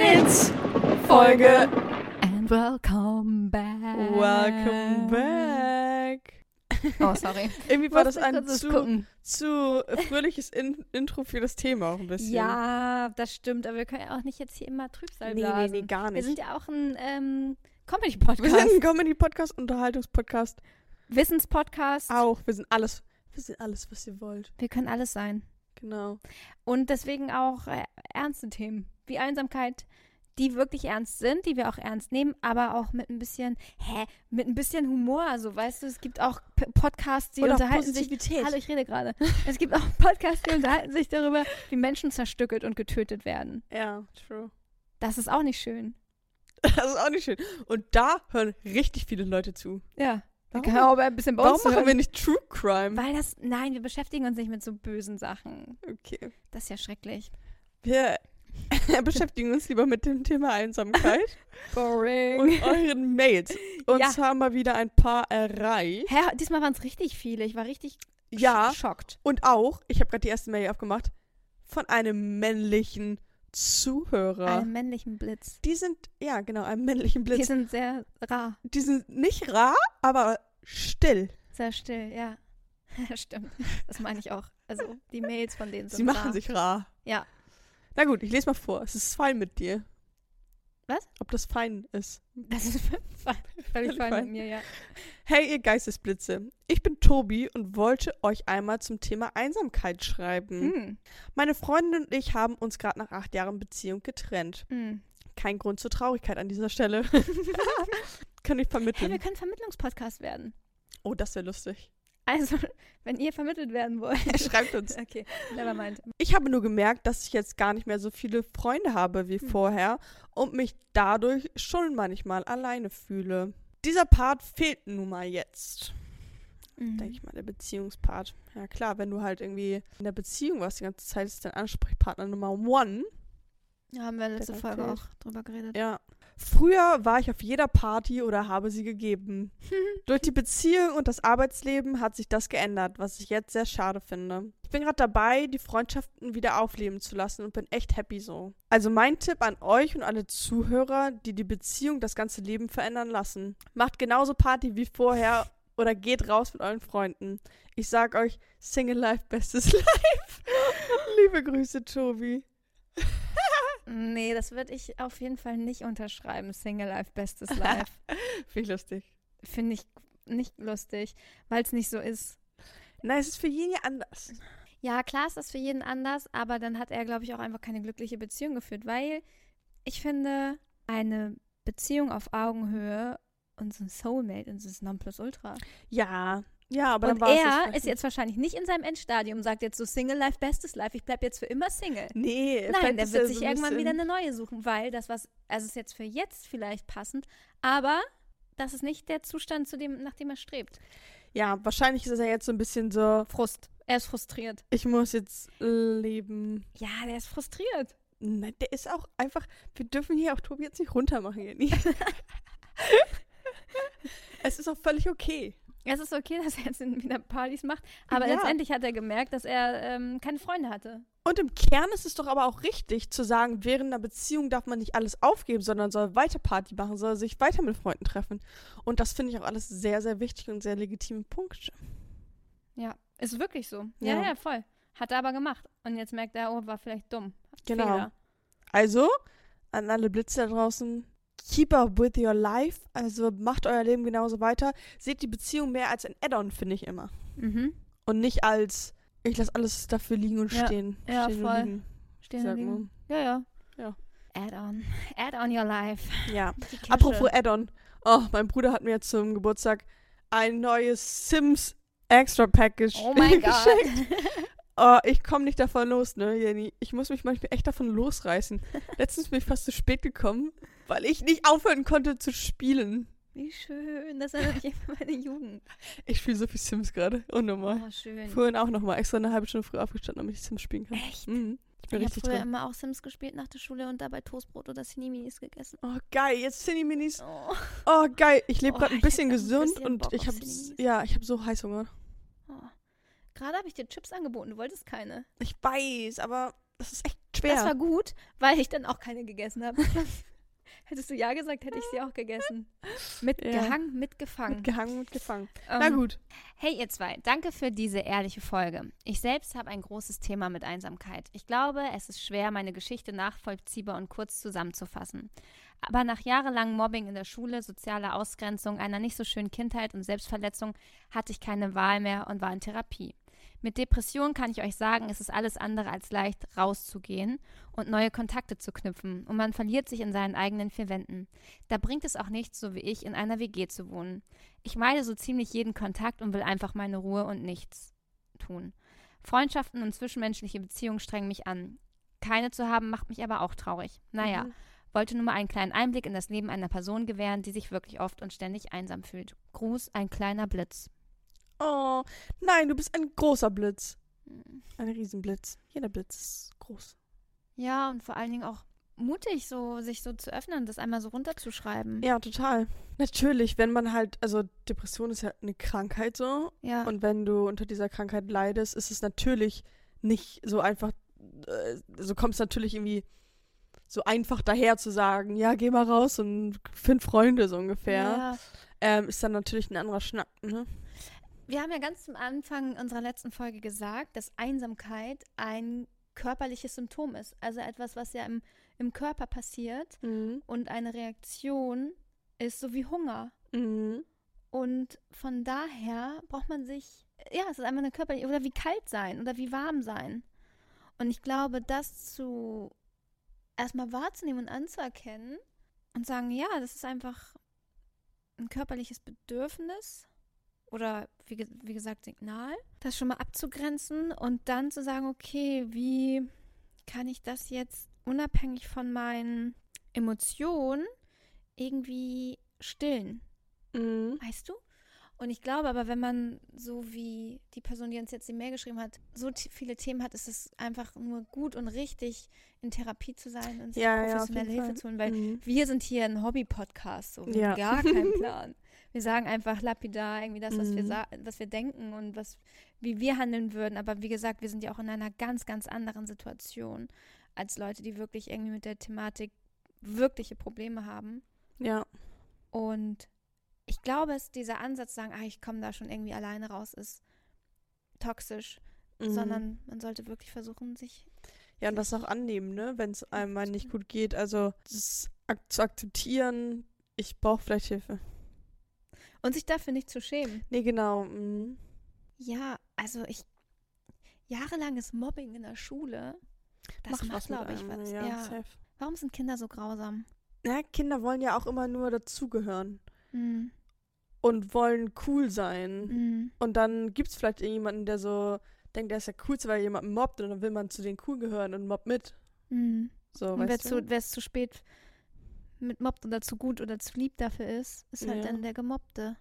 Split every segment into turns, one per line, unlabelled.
Blitz Folge.
And welcome back.
Welcome back.
Oh, sorry.
Irgendwie war das ein
Musste kurz
zu,
gucken.
zu fröhliches In Intro für das Thema auch ein bisschen.
Ja, das stimmt, aber wir können ja auch nicht jetzt hier immer Trübsal
Nee, nee,
blasen.
nee, gar
Wir
nicht.
sind ja auch ein ähm,
Wir sind
Comedy-Podcast,
ein Comedy-Podcast, Unterhaltungspodcast.
Wissens-Podcast.
Auch, wir sind alles. Wir sind alles, was ihr wollt.
Wir können alles sein.
Genau.
Und deswegen auch äh, ernste Themen, wie Einsamkeit, die wirklich ernst sind, die wir auch ernst nehmen, aber auch mit ein bisschen, hä, mit ein bisschen Humor. So, weißt du, es gibt auch P Podcasts, die
Oder
unterhalten sich
Positivität.
Hallo, ich rede gerade. Es gibt auch Podcasts, die unterhalten sich darüber, wie Menschen zerstückelt und getötet werden.
Ja, true.
Das ist auch nicht schön.
Das ist auch nicht schön. Und da hören richtig viele Leute zu.
Ja. Da
Warum?
kann man auch ein bisschen Genau. bei
Warum
uns
machen
hören.
wir nicht True Crime?
Weil das, nein, wir beschäftigen uns nicht mit so bösen Sachen.
Okay.
Das ist ja schrecklich.
Wir beschäftigen uns lieber mit dem Thema Einsamkeit.
Boring.
und euren Mails. Uns
Ja.
haben mal wieder ein paar erreicht.
Hä, diesmal waren es richtig viele. Ich war richtig sch-
Ja,
schockt.
und auch, ich habe gerade die erste Mail aufgemacht, von einem männlichen Zuhörer.
Einen männlichen Blitz.
Die sind, ja genau, einem männlichen
Die
Blitz.
sind sehr rar,
Die, sind nicht rar, aber still.
sehr still, ja. Stimmt. Das meine ich auch. Also die Mails von denen sind
Sie machen
rar.
sich rar.
Ja.
Na gut, ich lese mal vor. Es ist fein mit dir.
Was?
Ob das fein ist.
Das ist völlig fein mit
fein.
mir, ja.
Hey, ihr Geistesblitze. Ich bin Tobi und wollte euch einmal zum Thema Einsamkeit schreiben.
Hm.
Meine Freundin und ich haben uns gerade nach acht Jahren Beziehung getrennt.
Hm.
Kein Grund zur Traurigkeit an dieser Stelle. Kann ich
Hey, wir
vermitteln.
können Vermittlungspodcast werden.
Oh, das wäre lustig.
Also, wenn ihr vermittelt werden wollt.
Schreibt uns.
Okay, nevermind.
Ich habe nur gemerkt, dass ich jetzt gar nicht mehr so viele Freunde habe wie vorher und mich dadurch schon manchmal alleine fühle. Dieser Part fehlt nun mal jetzt.
Mhm.
Denke ich mal, der Beziehungspart. Ja klar, wenn du halt irgendwie in der Beziehung warst die ganze Zeit, ist dein Ansprechpartner Nummer one.
Ja, haben wir letzte
Der
Folge
fehlt.
auch drüber geredet.
Ja. Früher war ich auf jeder Party oder habe sie gegeben. Durch die Beziehung und das Arbeitsleben hat sich das geändert, was ich jetzt sehr schade finde. Ich bin gerade dabei, die Freundschaften wieder aufleben zu lassen und bin echt happy so. Also mein Tipp an euch und alle Zuhörer, die die Beziehung das ganze Leben verändern lassen. Macht genauso Party wie vorher oder geht raus mit euren Freunden. Ich sag euch, Single Life, bestes Life. Liebe Grüße, Tobi.
Nee, das würde ich auf jeden Fall nicht unterschreiben. Single Life, bestes Life.
Viel lustig.
Finde ich nicht lustig, weil es nicht so ist.
Nein, es ist für jeden ja anders.
Ja, klar ist das für jeden anders, aber dann hat er, glaube ich, auch einfach keine glückliche Beziehung geführt, weil ich finde, eine Beziehung auf Augenhöhe und so ein Soulmate und so ein Nonplusultra.
Ja, ja, aber dann
und
war es das
er
vielleicht
ist
nicht.
jetzt wahrscheinlich nicht in seinem Endstadium, sagt jetzt so Single Life, bestes Life, ich bleib jetzt für immer Single.
Nee,
Nein, der
ist
wird
ja
sich
so ein
irgendwann wieder
bisschen-
eine neue suchen, weil das was, also ist jetzt für jetzt vielleicht passend, aber das ist nicht der Zustand, zu dem, nach dem er strebt.
Ja, wahrscheinlich ist er jetzt so ein bisschen so,
Frust. Er ist frustriert.
ich muss jetzt leben.
Ja, der ist frustriert.
Nein, der ist auch einfach, wir dürfen hier auch Tobi jetzt nicht runtermachen, Jenny. es ist auch völlig okay.
Es ist okay, dass er jetzt wieder Partys macht, aber
Ja.
letztendlich hat er gemerkt, dass er ähm, keine Freunde hatte.
Und im Kern ist es doch aber auch richtig zu sagen, während einer Beziehung darf man nicht alles aufgeben, sondern soll weiter Party machen, soll sich weiter mit Freunden treffen. Und das finde ich auch alles sehr, sehr wichtig und sehr legitime Punkte.
Ja, ist wirklich so. Ja, ja,
Ja.
voll. Hat er aber gemacht. Und jetzt merkt er, oh, war vielleicht dumm.
Genau.
Fehler.
Also, an alle Blitze da draußen, keep up with your life. Also macht euer Leben genauso weiter. Seht die Beziehung mehr als ein Add-on, finde ich immer.
Mhm.
Und nicht als, ich lasse alles dafür liegen und
Ja,
stehen.
ja,
stehen
voll.
Und liegen,
Stehen
sagt
und liegen.
man.
Ja, ja.
Ja.
Add on. Add on your life.
Ja.
Die Kirsche.
Apropos Add-on. Oh, mein Bruder hat mir jetzt zum Geburtstag ein neues Sims Extra Package
Oh mein
geschenkt.
Gott.
Oh, ich komme nicht davon los, ne, Jenny? Ich muss mich manchmal echt davon losreißen. Letztens bin ich fast zu spät gekommen, weil ich nicht aufhören konnte zu spielen.
Wie schön. Das erinnert mich immer an meine Jugend.
Ich spiele so viel Sims gerade. Unnormal.
Oh, schön.
Vorhin auch nochmal extra eine halbe Stunde früh aufgestanden, damit ich Sims spielen kann.
Echt?
Mhm. Ich bin
Ich habe
richtig
früher
drin.
immer auch Sims gespielt nach der Schule und dabei Toastbrot oder Cineminis gegessen.
Oh, geil. Jetzt Cine Minis.
Oh.
Oh, geil. Ich lebe
Oh,
gerade ein
ich hätt
bisschen
auch ein
gesund
bisschen
und
Bock
ich
auf
habe
Cine Minis.
ja, ich habe so Heißhunger.
Oh. Gerade habe ich dir Chips angeboten, du wolltest keine.
Ich weiß, aber das ist echt schwer.
Das war gut, weil ich dann auch keine gegessen habe. Hättest du ja gesagt, hätte ich sie auch gegessen. Mitgehangen, mitgefangen.
mitgehangen, mitgefangen.
Ähm,
Na gut.
Hey ihr zwei, danke für diese ehrliche Folge. Ich selbst habe ein großes Thema mit Einsamkeit. Ich glaube, es ist schwer, meine Geschichte nachvollziehbar und kurz zusammenzufassen. Aber nach jahrelangem Mobbing in der Schule, sozialer Ausgrenzung, einer nicht so schönen Kindheit und Selbstverletzung hatte ich keine Wahl mehr und war in Therapie. Mit Depression kann ich euch sagen, es ist alles andere als leicht, rauszugehen und neue Kontakte zu knüpfen. Und man verliert sich in seinen eigenen vier Wänden. Da bringt es auch nichts, so wie ich, in einer WG zu wohnen. Ich meide so ziemlich jeden Kontakt und will einfach meine Ruhe und nichts tun. Freundschaften und zwischenmenschliche Beziehungen strengen mich an. Keine zu haben, macht mich aber auch traurig. Naja,
Mhm.
wollte nur mal einen kleinen Einblick in das Leben einer Person gewähren, die sich wirklich oft und ständig einsam fühlt. Gruß, ein kleiner Blitz.
Oh, nein, du bist ein großer Blitz.
Hm.
Ein Riesenblitz. Jeder Blitz ist groß.
Ja, und vor allen Dingen auch mutig, so sich so zu öffnen, das einmal so runterzuschreiben.
Ja, total. Natürlich, wenn man halt, also Depression ist ja eine Krankheit so.
Ja.
Und wenn du unter dieser Krankheit leidest, ist es natürlich nicht so einfach, äh, so kommt es natürlich irgendwie so einfach daher zu sagen, ja, geh mal raus und find Freunde so ungefähr.
ja.
Ähm, ist dann natürlich ein anderer Schnack, ne?
Wir haben ja ganz zum Anfang unserer letzten Folge gesagt, dass Einsamkeit ein körperliches Symptom ist. Also etwas, was ja im, im Körper passiert
Mhm.
und eine Reaktion ist so wie Hunger.
Mhm.
Und von daher braucht man sich, ja, es ist einfach eine körperliche, oder wie kalt sein oder wie warm sein. Und ich glaube, das zu erstmal wahrzunehmen und anzuerkennen und sagen, ja, das ist einfach ein körperliches Bedürfnis oder wie, ge- wie gesagt Signal, das schon mal abzugrenzen und dann zu sagen, okay, wie kann ich das jetzt unabhängig von meinen Emotionen irgendwie stillen?
Mhm.
Weißt du? Und ich glaube aber, wenn man so wie die Person, die uns jetzt die Mail geschrieben hat, so t- viele Themen hat, ist es einfach nur gut und richtig, in Therapie zu sein und sich
Ja, ja, auf
professionelle
jeden
Hilfe
Fall.
zu holen, weil
Mhm.
wir sind hier ein Hobby-Podcast, so wir
Ja.
haben gar keinen Plan. Wir sagen einfach lapidar irgendwie das, was, wir
Mhm.
sa was wir denken und was, wie wir handeln würden. Aber wie gesagt, wir sind ja auch in einer ganz, ganz anderen Situation als Leute, die wirklich irgendwie mit der Thematik wirkliche Probleme haben.
Ja.
Und ich glaube, es dieser Ansatz, sagen, ah, ich komme da schon irgendwie alleine raus, ist toxisch,
Mhm.
sondern man sollte wirklich versuchen, sich.
Ja, und das auch annehmen, ne? Wenn es einem mal nicht gut geht. Also das ak zu akzeptieren, ich brauche vielleicht Hilfe.
und sich dafür nicht zu schämen.
Nee, genau. Mhm.
Ja, also ich. Jahrelanges Mobbing in der Schule, das macht,
mit
glaube ich,
einem,
was.
Ja,
Ja,
safe.
Warum sind Kinder so grausam?
ja, Kinder wollen ja auch immer nur dazugehören
Mhm.
und wollen cool sein.
Mhm.
Und dann gibt es vielleicht irgendjemanden, der so denkt, der ist der Coolste, weil jemand mobbt und dann will man zu den cool gehören und mobbt mit.
Mhm.
So,
Und wer
weißt du?
zu- wer es zu spät mit mobbt oder zu gut oder zu lieb dafür ist, ist halt
Ja.
dann der Gemobbte.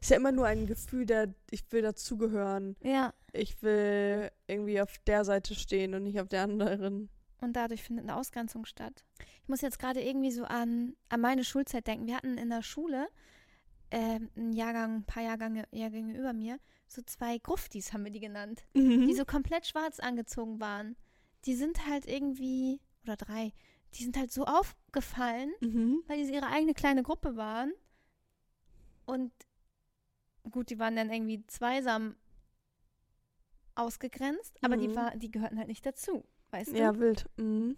Ist ja immer nur ein Gefühl der, ich will dazugehören,
Ja.
ich will irgendwie auf der Seite stehen und nicht auf der anderen.
und dadurch findet eine Ausgrenzung statt. Ich muss jetzt gerade irgendwie so an, an meine Schulzeit denken. Wir hatten in der Schule ähm, einen Jahrgang, ein paar Jahrgänge, Jahrgänge über mir, so zwei Gruftis haben wir die genannt, die so komplett schwarz angezogen waren. Die sind halt irgendwie, oder drei, die sind halt so aufgefallen,
Mhm.
weil die ihre eigene kleine Gruppe waren. Und gut, die waren dann irgendwie zweisam ausgegrenzt, aber die,
Mhm.
war, die gehörten halt nicht dazu. Weißt du?
Ja, wild. Mhm.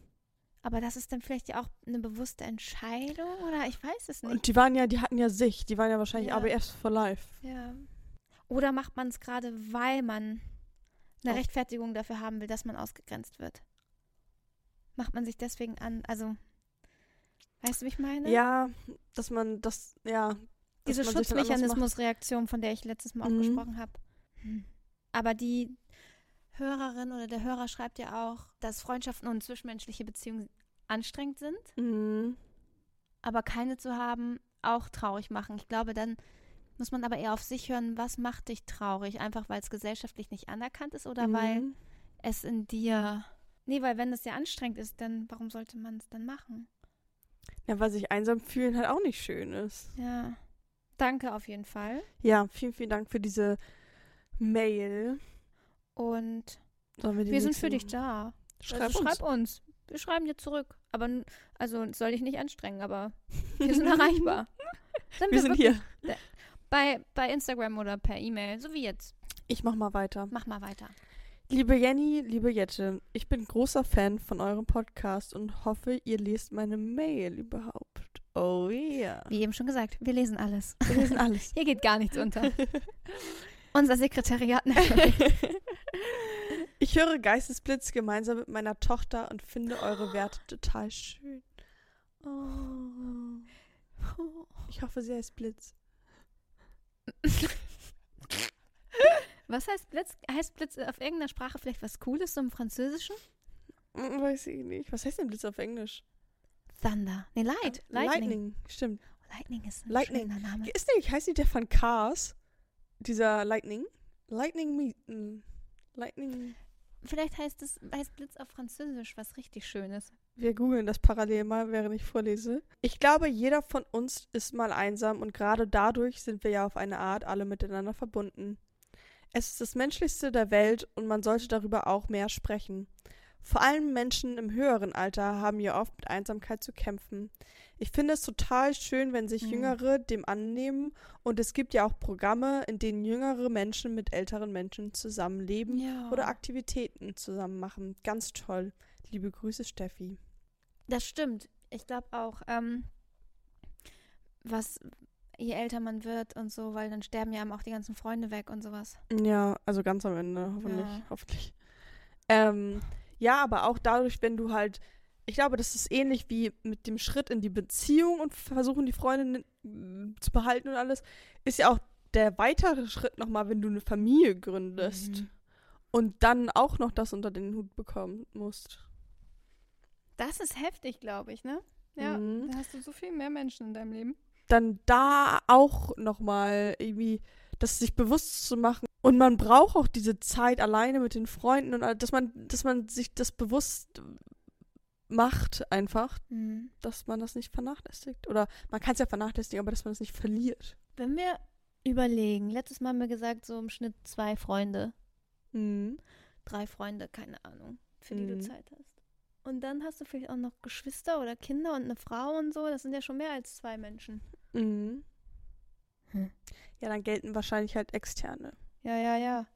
Aber das ist dann vielleicht ja auch eine bewusste Entscheidung oder ich weiß es nicht.
Und die waren ja, die hatten ja sich, die waren ja wahrscheinlich
Ja.
ABFs for life.
ja. Oder macht man es gerade, weil man eine
Auch-
Rechtfertigung dafür haben will, dass man ausgegrenzt wird? Macht man sich deswegen an, also weißt du, wie ich meine?
Ja, dass man das, ja. dass
Ne? Diese
man sich dann anders macht.
Schutzmechanismusreaktion, von der ich letztes Mal auch
Mhm.
gesprochen habe. Hm. Aber die Hörerin oder der Hörer schreibt ja auch, dass Freundschaften und zwischenmenschliche Beziehungen anstrengend sind.
Mhm.
aber keine zu haben, auch traurig machen. Ich glaube, dann muss man aber eher auf sich hören, was macht dich traurig? Einfach weil es gesellschaftlich nicht anerkannt ist oder weil
Mhm.
es in dir. Nee, weil wenn das ja anstrengend ist, dann warum sollte man es dann machen?
Ja, weil sich einsam fühlen halt auch nicht schön ist.
Ja. Danke auf jeden Fall.
Ja, vielen, vielen Dank für diese Mail.
Und
Sollen wir die
Wir sind
nächste
für dich
machen?
da.
Schreib
also,
uns.
schreib uns. Wir schreiben dir zurück. Aber, n- also, soll dich nicht anstrengen, aber wir sind erreichbar. Sind
Wir sind
wirklich
hier.
Bei, bei Instagram oder per E-Mail, so wie jetzt.
Ich mach mal weiter.
Mach mal weiter.
Liebe Jenny, liebe Jette, ich bin großer Fan von eurem Podcast und hoffe, ihr lest meine Mail überhaupt. Oh yeah.
Wie eben schon gesagt, wir lesen alles.
Wir lesen alles.
Hier geht gar nichts unter. Unser Sekretariat. Nein.
Ich höre Geistesblitz gemeinsam mit meiner Tochter und finde eure Werte total schön. Oh. Ich hoffe, sie heißt Blitz.
Was heißt Blitz? Heißt Blitz auf irgendeiner Sprache vielleicht was Cooles, so im Französischen?
Hm, Weiß ich nicht. Was heißt denn Blitz auf Englisch?
Thunder. Nee, Light. Lightning.
Lightning. Stimmt.
Lightning ist ein
Lightning.
schöner Name.
Ist der, heißt nicht der von Cars? Dieser Lightning? Lightning Meeten. Lightning.
Vielleicht heißt es heißt Blitz auf Französisch was richtig Schönes.
Wir googeln das parallel mal, während ich vorlese. Ich glaube, jeder von uns ist mal einsam und gerade dadurch sind wir ja auf eine Art alle miteinander verbunden. Es ist das Menschlichste der Welt und man sollte darüber auch mehr sprechen. Vor allem Menschen im höheren Alter haben ja oft mit Einsamkeit zu kämpfen. Ich finde es total schön, wenn sich
Mhm.
Jüngere dem annehmen und es gibt ja auch Programme, in denen jüngere Menschen mit älteren Menschen zusammenleben
Ja.
oder Aktivitäten zusammen machen. Ganz toll. Liebe Grüße, Steffi.
Das stimmt. Ich glaube auch, ähm, was je älter man wird und so, weil dann sterben ja auch die ganzen Freunde weg und sowas.
Ja, also ganz am Ende, hoffentlich,
Ja.
hoffentlich. Ähm, ja, aber auch dadurch, wenn du halt, ich glaube, das ist ähnlich wie mit dem Schritt in die Beziehung und versuchen, die Freundin äh, zu behalten und alles, ist ja auch der weitere Schritt nochmal, wenn du eine Familie gründest
Mhm.
und dann auch noch das unter den Hut bekommen musst.
Das ist heftig, glaube ich, ne?
Mhm.
Da hast du so viel mehr Menschen in deinem Leben.
dann da auch nochmal irgendwie das sich bewusst zu machen. Und man braucht auch diese Zeit alleine mit den Freunden und all- dass man, dass man sich das bewusst macht einfach,
Mhm.
dass man das nicht vernachlässigt. Oder man kann es ja vernachlässigen, aber dass man es nicht verliert.
Wenn wir überlegen, letztes Mal haben wir gesagt, so im Schnitt zwei Freunde,
Mhm.
drei Freunde, keine Ahnung, für die du
Mhm.
Zeit hast. Und dann hast du vielleicht auch noch Geschwister oder Kinder und eine Frau und so. Das sind ja schon mehr als zwei Menschen.
Mhm.
Hm.
Ja, dann gelten wahrscheinlich halt externe.
Ja, ja, ja.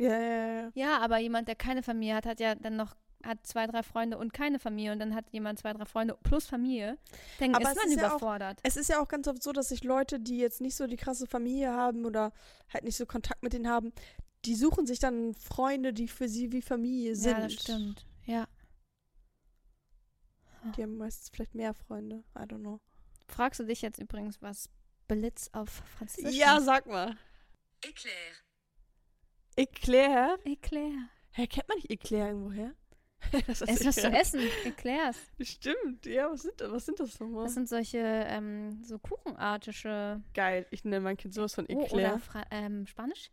Ja, ja, ja.
Ja, aber jemand, der keine Familie hat, hat ja dann noch hat zwei, drei Freunde und keine Familie und dann hat jemand zwei, drei Freunde plus Familie, dann
Aber
ist
es
man
ist ja auch-
überfordert.
Es ist ja auch ganz oft so, dass sich Leute, die jetzt nicht so die krasse Familie haben oder halt nicht so Kontakt mit denen haben, die suchen sich dann Freunde, die für sie wie Familie sind.
ja, das stimmt. Ja.
Die haben meistens vielleicht mehr Freunde. I don't know.
Fragst du dich jetzt übrigens, was Blitz auf Französisch heißt?
sag mal.
Éclair.
Eclair?
Eclair.
Hä, kennt man nicht Eclair irgendwoher? das
Es ist was zu
ja-
essen. Eclairs.
Stimmt, ja, was sind, was sind das nochmal?
Das sind solche ähm, so kuchenartische
geil. Ich nenne mein Kind sowas von
oh, oder
Eclair.
Fra ähm, Spanisch.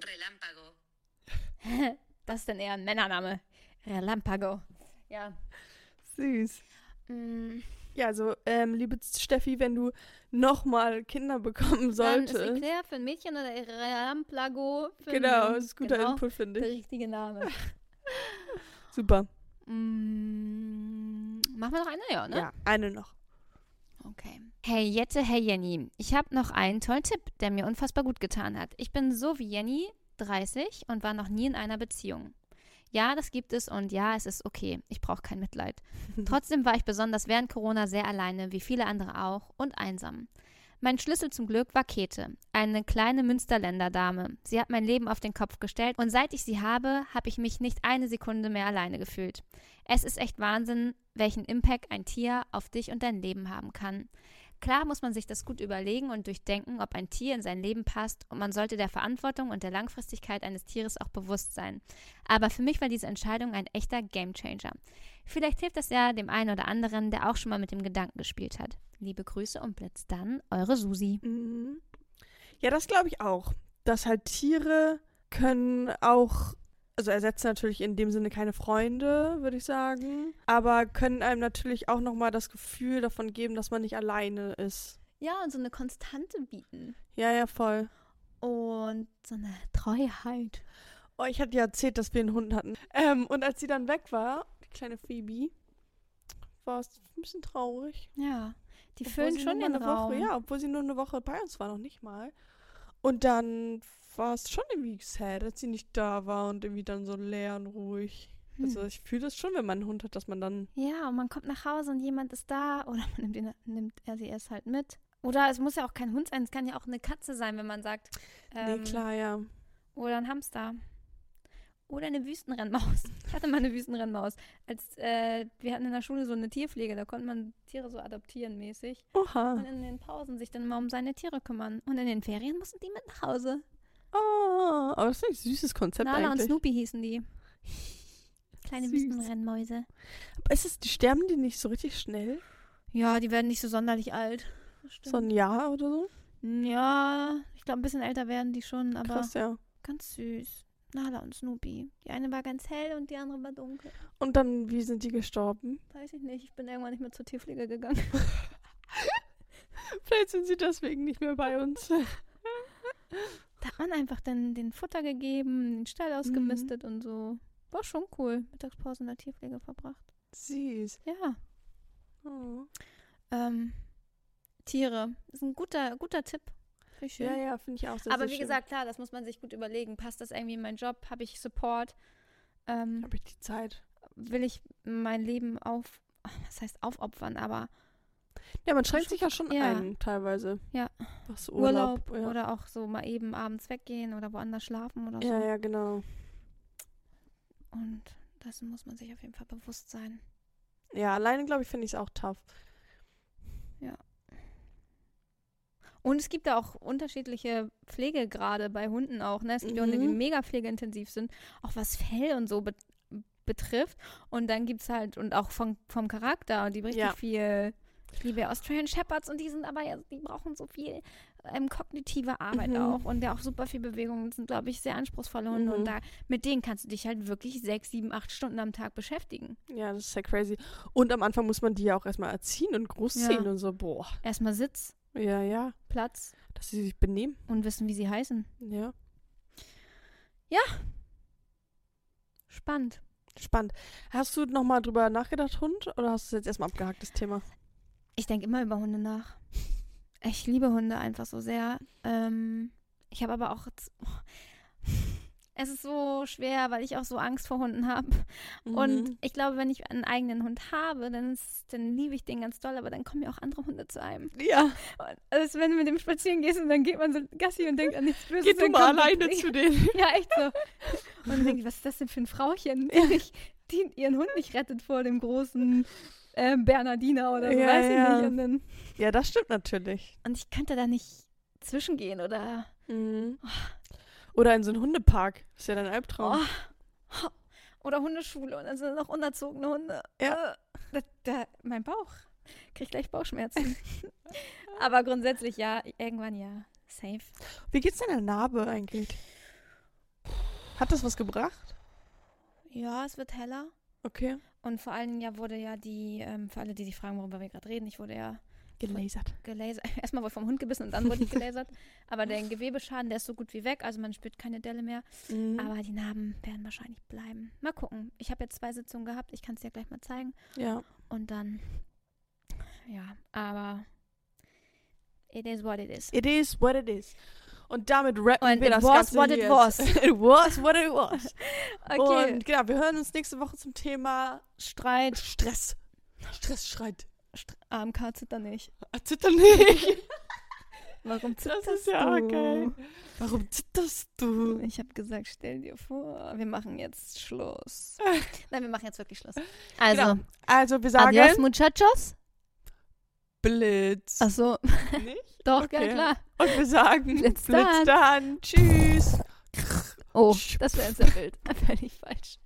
Relámpago.
das ist dann eher ein Männername. Relampago. Ja.
Süß.
Mm,
Ja, also, ähm, liebe Steffi, wenn du nochmal Kinder bekommen
Dann ist
solltest.
Eclair für ein Mädchen oder Relampago für einen
Genau,
Jungen.
das ist guter
Genau.
Input, finde
Der
ich.
richtige Name.
Super.
mm, machen wir noch eine, ja, ne?
Ja, eine noch.
Okay. Hey Jette, hey Jenny. Ich habe noch einen tollen Tipp, der mir unfassbar gut getan hat. Ich bin so wie Jenny, 30 und war noch nie in einer Beziehung. Ja, das gibt es und ja, es ist okay. Ich brauche kein Mitleid. Trotzdem war ich besonders während Corona sehr alleine, wie viele andere auch, und einsam. Mein Schlüssel zum Glück war Käthe, eine kleine Münsterländer Dame. Sie hat mein Leben auf den Kopf gestellt und seit ich sie habe, habe ich mich nicht eine Sekunde mehr alleine gefühlt. Es ist echt Wahnsinn, welchen Impact ein Tier auf dich und dein Leben haben kann. Klar muss man sich das gut überlegen und durchdenken, ob ein Tier in sein Leben passt und man sollte der Verantwortung und der Langfristigkeit eines Tieres auch bewusst sein. Aber für mich war diese Entscheidung ein echter Gamechanger. Vielleicht hilft das ja dem einen oder anderen, der auch schon mal mit dem Gedanken gespielt hat. Liebe Grüße und blitz dann eure Susi.
Mhm. Ja, das glaube ich auch. Dass halt Tiere können auch, also ersetzen natürlich in dem Sinne keine Freunde, würde ich sagen, aber können einem natürlich auch nochmal das Gefühl davon geben, dass man nicht alleine ist.
Ja, und so eine Konstante bieten.
Ja, ja, voll.
Und so eine Treuheit.
Oh, ich hatte ja erzählt, dass wir einen Hund hatten. Ähm, und als sie dann weg war, die kleine Phoebe, war es ein bisschen traurig.
Ja. Die
Obwohl
füllen
sie
schon
nur
ihren
eine
Raum.
Woche, ja, obwohl sie nur eine Woche bei uns war, noch nicht mal. Und dann war es schon irgendwie sad, dass sie nicht da war und irgendwie dann so leer und ruhig. Also
Hm.
ich fühle das schon, wenn man einen Hund hat, dass man dann
ja, und man kommt nach Hause und jemand ist da oder man nimmt, ihn, nimmt RCS halt mit. Oder es muss ja auch kein Hund sein, es kann ja auch eine Katze sein, wenn man sagt. ähm,
nee, klar, ja.
Oder ein Hamster. Oder eine Wüstenrennmaus. Ich hatte mal eine Wüstenrennmaus. Als, äh, wir hatten in der Schule so eine Tierpflege, da konnte man Tiere so adoptieren mäßig.
Oha.
Und in den Pausen sich dann mal um seine Tiere kümmern. Und in den Ferien mussten die mit nach Hause.
Oh, aber das ist ein süßes Konzept
Nala und
eigentlich.
Snoopy hießen die. Kleine
Süß.
Wüstenrennmäuse.
Ist es, die sterben die nicht so richtig schnell?
Ja, die werden nicht so sonderlich alt. Das
So ein Jahr oder so?
Ja, ich glaube, ein bisschen älter werden die schon, aber
Krass, ja.
ganz süß. Nala und Snoopy. Die eine war ganz hell und die andere war dunkel.
Und dann, wie sind die gestorben?
Weiß ich nicht, ich bin irgendwann nicht mehr zur Tierpflege gegangen.
Vielleicht sind sie deswegen nicht mehr bei uns.
Da hat man einfach dann den Futter gegeben, den
Mhm.
Stall ausgemistet und so. War schon cool. Mittagspause in der Tierpflege verbracht.
Süß.
Ja.
Oh.
Ähm, Tiere. Ist ein guter, guter Tipp. Richtig schön.
Ja, ja, finde ich auch sehr
Aber
sehr
wie
schön.
gesagt, klar, das muss man sich gut überlegen. Passt das irgendwie in meinen Job? Habe ich Support? Ähm,
habe ich die Zeit.
will ich mein Leben auf, was heißt aufopfern, aber
Ja, man schränkt sich ja schon
Ja.
ein, teilweise.
Ja.
Was Urlaub.
Urlaub,
ja.
oder auch so mal eben abends weggehen oder woanders schlafen oder so.
ja, ja, genau.
Und dessen muss man sich auf jeden Fall bewusst sein.
Ja, alleine, glaube ich, finde ich es auch tough.
Und es gibt da auch unterschiedliche Pflegegrade bei Hunden auch. Ne? Es gibt ja Hunde, die
Mhm.
mega pflegeintensiv sind, auch was Fell und so bet betrifft. Und dann gibt es halt, und auch von, vom Charakter, und die richtig
Ja.
viel. Ich liebe ja Australian Shepherds und die sind aber, ja, die brauchen so viel ähm, kognitive Arbeit
Mhm.
auch und ja auch super viel Bewegung. Das sind, glaube ich, sehr anspruchsvolle Hunde.
Mhm.
Und da, mit denen kannst du dich halt wirklich sechs, sieben, acht Stunden am Tag beschäftigen.
Ja, das ist ja crazy. Und am Anfang muss man die ja auch erstmal erziehen und großziehen
Ja.
und so. Boah.
Erstmal Sitz,
Ja, ja.
Platz
Dass sie sich benehmen.
und wissen, wie sie heißen.
Ja.
Spannend.
Spannend. Hast du nochmal drüber nachgedacht, Hund? Oder hast du es jetzt erstmal abgehakt, das Thema?
Ich denke immer über Hunde nach. Ich liebe Hunde einfach so sehr. Ähm, ich habe aber auch. z- Es ist so schwer, weil ich auch so Angst vor Hunden habe. Und
Mhm.
ich glaube, wenn ich einen eigenen Hund habe, dann, ist- dann liebe ich den ganz doll, aber dann kommen ja auch andere Hunde zu einem.
Ja,
Und Also wenn du mit dem spazieren gehst und dann geht man so Gassi und denkt an nichts Böses.
geh du
dann
mal
kommt-
alleine zu denen.
Ja, echt so. Und dann denke ich, was ist das denn für ein Frauchen, die, nicht, die ihren Hund nicht rettet vor dem großen äh, Bernardiner oder so,
Ja,
weiß ich
ja.
nicht. Und dann
Ja, das stimmt natürlich.
und ich könnte da nicht zwischengehen oder. Mhm.
Oder in so einen Hundepark. Ist ja dein Albtraum.
Oh. Oder Hundeschule und dann sind noch unerzogene Hunde.
Ja.
Äh, Da, da, mein Bauch. Krieg gleich Bauchschmerzen. Aber grundsätzlich ja, irgendwann ja. Safe.
Wie geht's deiner Narbe eigentlich? Hat das was gebracht?
Ja, es wird heller.
Okay.
Und vor allen Dingen ja wurde ja die, ähm, für alle, die sich fragen, worüber wir gerade reden, ich wurde ja
Gelasert.
gelasert. Erstmal wurde ich vom Hund gebissen und dann wurde ich gelasert. Aber der Gewebeschaden, der ist so gut wie weg, also man spürt keine Delle mehr.
Aber
Aber die Narben werden wahrscheinlich bleiben. Mal gucken. Ich habe jetzt zwei Sitzungen gehabt, ich kann es dir gleich mal zeigen.
ja.
Und dann, ja, aber it is what it is.
It is what it is. Und damit rappen
Und
wir
it
das
was
Ganze
what
hier
it
jetzt.
was.
it was what it was.
Okay,
Und genau, wir hören uns nächste Woche zum Thema
Streit,
Stress. Stress schreit.
Str AMK zittern nicht.
Zitter nicht.
Warum
Das
zitterst
ist ja
du?
geil. Warum zitterst du?
Ich habe gesagt, stell dir vor, wir machen jetzt Schluss. Nein, wir machen jetzt wirklich Schluss.
Also,
Also,
Also, wir sagen
adios muchachos.
Blitz.
Achso,
Nicht?
doch,
Okay.
ja klar.
Und wir sagen
Blitz
Blitz dann. Tschüss.
Oh, das wäre jetzt ein Bild. Völlig falsch.